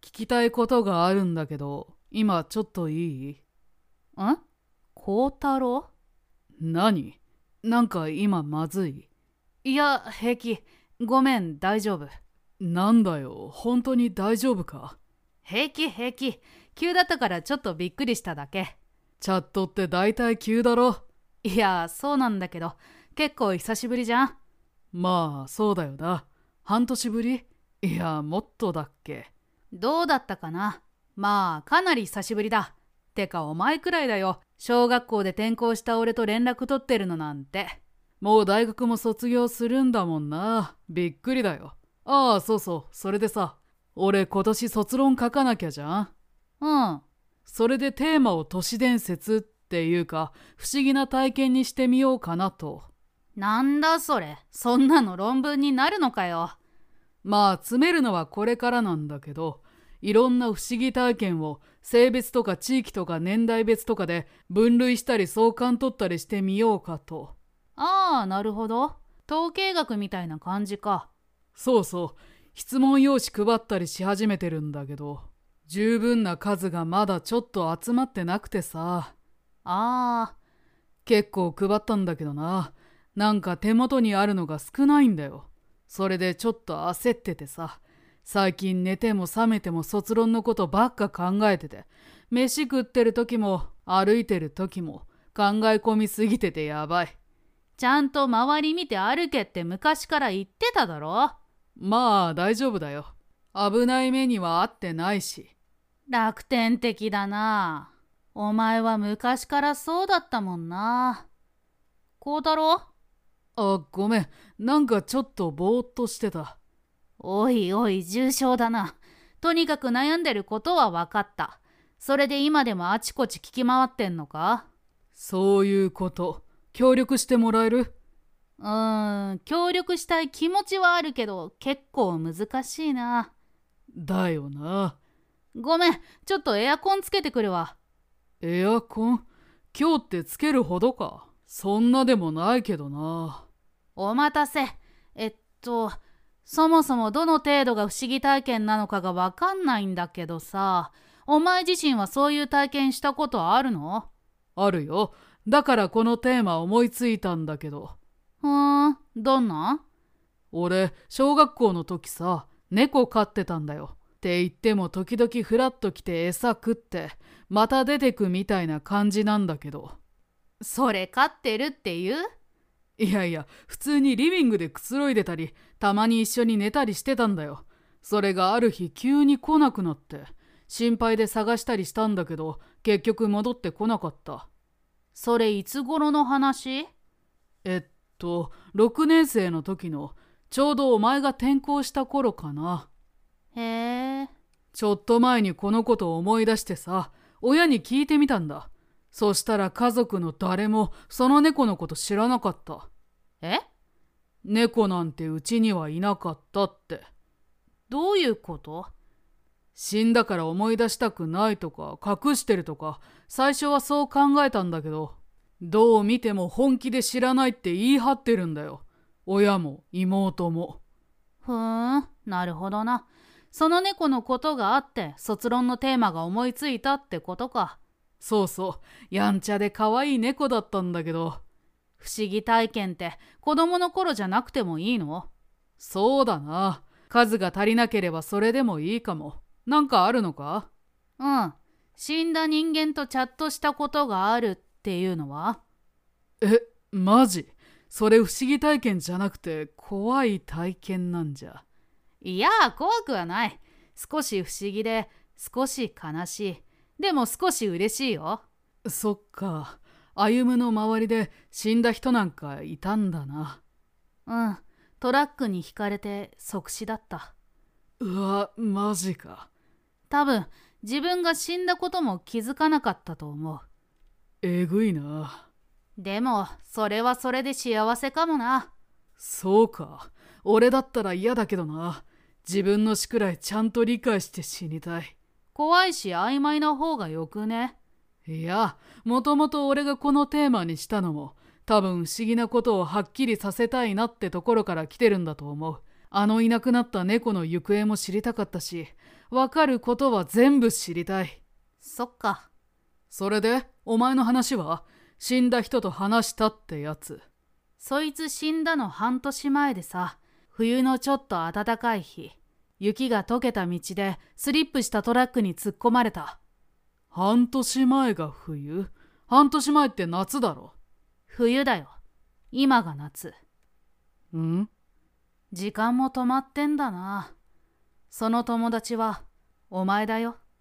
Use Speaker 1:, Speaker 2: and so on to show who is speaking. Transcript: Speaker 1: きたいことがあるんだけど、今ちょっといい
Speaker 2: ん孝太郎
Speaker 1: 何なんか今まずい。
Speaker 2: いや、平気。ごめん、大丈夫。
Speaker 1: なんだよ、本当に大丈夫か
Speaker 2: 平気、平気。急だったからちょっとびっくりしただけ。
Speaker 1: チャットって大体急だろ。
Speaker 2: いや、そうなんだけど、結構久しぶりじゃん。
Speaker 1: まあ、そうだよな。半年ぶりいや、もっとだっけ。
Speaker 2: どうだったかなまあ、かなり久しぶりだ。てか、お前くらいだよ。小学校で転校した俺と連絡取ってるのなんて。
Speaker 1: もう大学も卒業するんだもんな。びっくりだよ。ああ、そうそう。それでさ、俺今年卒論書かなきゃじゃん。
Speaker 2: うん。
Speaker 1: それでテーマを都市伝説っていうか、不思議な体験にしてみようかなと。
Speaker 2: なんだそれ。そんなの論文になるのかよ。
Speaker 1: まあ、詰めるのはこれからなんだけど、いろんな不思議体験を性別とか地域とか年代別とかで分類したり相関取ったりしてみようかと。
Speaker 2: ああ、なるほど。統計学みたいな感じか。
Speaker 1: そうそう。質問用紙配ったりし始めてるんだけど、十分な数がまだちょっと集まってなくてさ。
Speaker 2: ああ。
Speaker 1: 結構配ったんだけどな。なんか手元にあるのが少ないんだよ。それでちょっと焦っててさ。最近寝ても覚めても卒論のことばっか考えてて。飯食ってる時も歩いてる時も考え込みすぎててやばい。
Speaker 2: ちゃんと周り見て歩けって昔から言ってただろ
Speaker 1: まあ大丈夫だよ。危ない目には合ってないし。
Speaker 2: 楽天的だな。お前は昔からそうだったもんな。孝太郎
Speaker 1: あ、ごめん。なんかちょっとぼーっとしてた。
Speaker 2: おいおい、重症だな。とにかく悩んでることは分かった。それで今でもあちこち聞き回ってんのか
Speaker 1: そういうこと。協力してもらえる
Speaker 2: うーん協力したい気持ちはあるけど結構難しいな
Speaker 1: だよな
Speaker 2: ごめんちょっとエアコンつけてくるわ
Speaker 1: エアコン今日ってつけるほどかそんなでもないけどな
Speaker 2: お待たせえっとそもそもどの程度が不思議体験なのかがわかんないんだけどさお前自身はそういう体験したことあるの
Speaker 1: あるよだからこのテーマ思いついたんだけど。
Speaker 2: ふーん、どんな
Speaker 1: 俺、小学校の時さ、猫飼ってたんだよ。って言っても時々フラッと来て餌食って、また出てくみたいな感じなんだけど。
Speaker 2: それ飼ってるって言う
Speaker 1: いやいや、普通にリビングでくつろいでたり、たまに一緒に寝たりしてたんだよ。それがある日急に来なくなって、心配で探したりしたんだけど、結局戻ってこなかった。
Speaker 2: それいつ頃の話
Speaker 1: えっと6年生の時のちょうどお前が転校した頃かな
Speaker 2: へえ
Speaker 1: ちょっと前にこのことを思い出してさ親に聞いてみたんだそしたら家族の誰もその猫のこと知らなかった
Speaker 2: え
Speaker 1: 猫なんてうちにはいなかったって
Speaker 2: どういうこと
Speaker 1: 死んだから思い出したくないとか隠してるとか最初はそう考えたんだけどどう見ても本気で知らないって言い張ってるんだよ親も妹も
Speaker 2: ふーんなるほどなその猫のことがあって卒論のテーマが思いついたってことか
Speaker 1: そうそうやんちゃで可愛い猫だったんだけど
Speaker 2: 不思議体験って子供の頃じゃなくてもいいの
Speaker 1: そうだな数が足りなければそれでもいいかもなんかあるのか
Speaker 2: うん。死んだ人間とチャットしたことがあるっていうのは
Speaker 1: え、マジそれ不思議体験じゃなくて怖い体験なんじゃ。
Speaker 2: いや怖くはない。少し不思議で、少し悲しい。でも少し嬉しいよ。
Speaker 1: そっか。歩の周りで死んだ人なんかいたんだな。
Speaker 2: うん。トラックにひかれて即死だった。
Speaker 1: うわ、マジか。
Speaker 2: 多分自分が死んだことも気づかなかったと思う
Speaker 1: えぐいな
Speaker 2: でもそれはそれで幸せかもな
Speaker 1: そうか俺だったら嫌だけどな自分の死くらいちゃんと理解して死にたい
Speaker 2: 怖いし曖昧な方がよくね
Speaker 1: いやもともと俺がこのテーマにしたのも多分不思議なことをはっきりさせたいなってところから来てるんだと思うあのいなくなった猫の行方も知りたかったしわかることは全部知りたい。
Speaker 2: そっか。
Speaker 1: それで、お前の話は死んだ人と話したってやつ。
Speaker 2: そいつ死んだの半年前でさ、冬のちょっと暖かい日、雪が溶けた道でスリップしたトラックに突っ込まれた。
Speaker 1: 半年前が冬半年前って夏だろ。
Speaker 2: 冬だよ。今が夏。
Speaker 1: うん
Speaker 2: 時間も止まってんだな。その友達は、お前だよ。